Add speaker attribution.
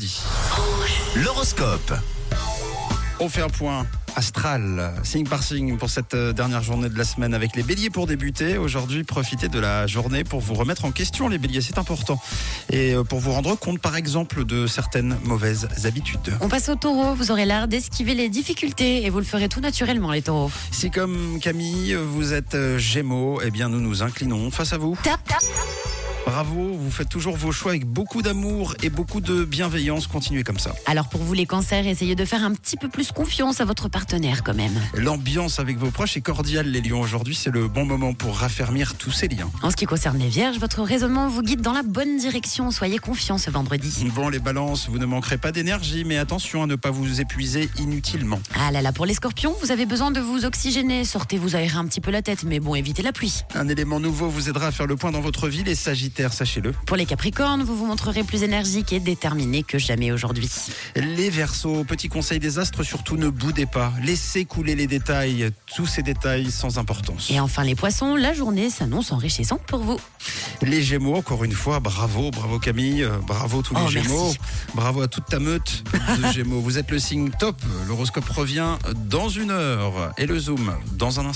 Speaker 1: Dit. L'horoscope. On fait un point astral, signe par signe, pour cette euh, dernière journée de la semaine avec les béliers pour débuter. Aujourd'hui, profitez de la journée pour vous remettre en question, les béliers, c'est important. Et euh, pour vous rendre compte, par exemple, de certaines mauvaises habitudes.
Speaker 2: On passe au taureau, vous aurez l'art d'esquiver les difficultés et vous le ferez tout naturellement les taureaux.
Speaker 1: Si comme Camille, vous êtes euh, gémeaux, eh bien nous nous inclinons face à vous.
Speaker 2: Tap, tap.
Speaker 1: Bravo, vous faites toujours vos choix avec beaucoup d'amour et beaucoup de bienveillance. Continuez comme ça.
Speaker 2: Alors pour vous les cancers, essayez de faire un petit peu plus confiance à votre partenaire quand même.
Speaker 1: L'ambiance avec vos proches est cordiale, les lions. Aujourd'hui, c'est le bon moment pour raffermir tous ces liens.
Speaker 2: En ce qui concerne les vierges, votre raisonnement vous guide dans la bonne direction, soyez confiants ce vendredi.
Speaker 1: Bon, les balances, vous ne manquerez pas d'énergie, mais attention à ne pas vous épuiser inutilement.
Speaker 2: Ah là là, pour les scorpions, vous avez besoin de vous oxygéner, sortez vous aérer un petit peu la tête, mais bon, évitez la pluie.
Speaker 1: Un élément nouveau vous aidera à faire le point dans votre vie, les sagittaires, sachez-le.
Speaker 2: Pour les capricornes, vous vous montrerez plus énergique et déterminé que jamais aujourd'hui.
Speaker 1: Les versos, petit conseil des astres, surtout ne boudez pas. Laissez couler les détails, tous ces détails sans importance.
Speaker 2: Et enfin les poissons, la journée s'annonce enrichissante pour vous.
Speaker 1: Les gémeaux, encore une fois, bravo, bravo Camille, euh, bravo tous les
Speaker 2: Oh, merci.
Speaker 1: gémeaux, bravo à toute ta meute de gémeaux. Vous êtes le signe top, l'horoscope revient dans une heure et le zoom dans un instant.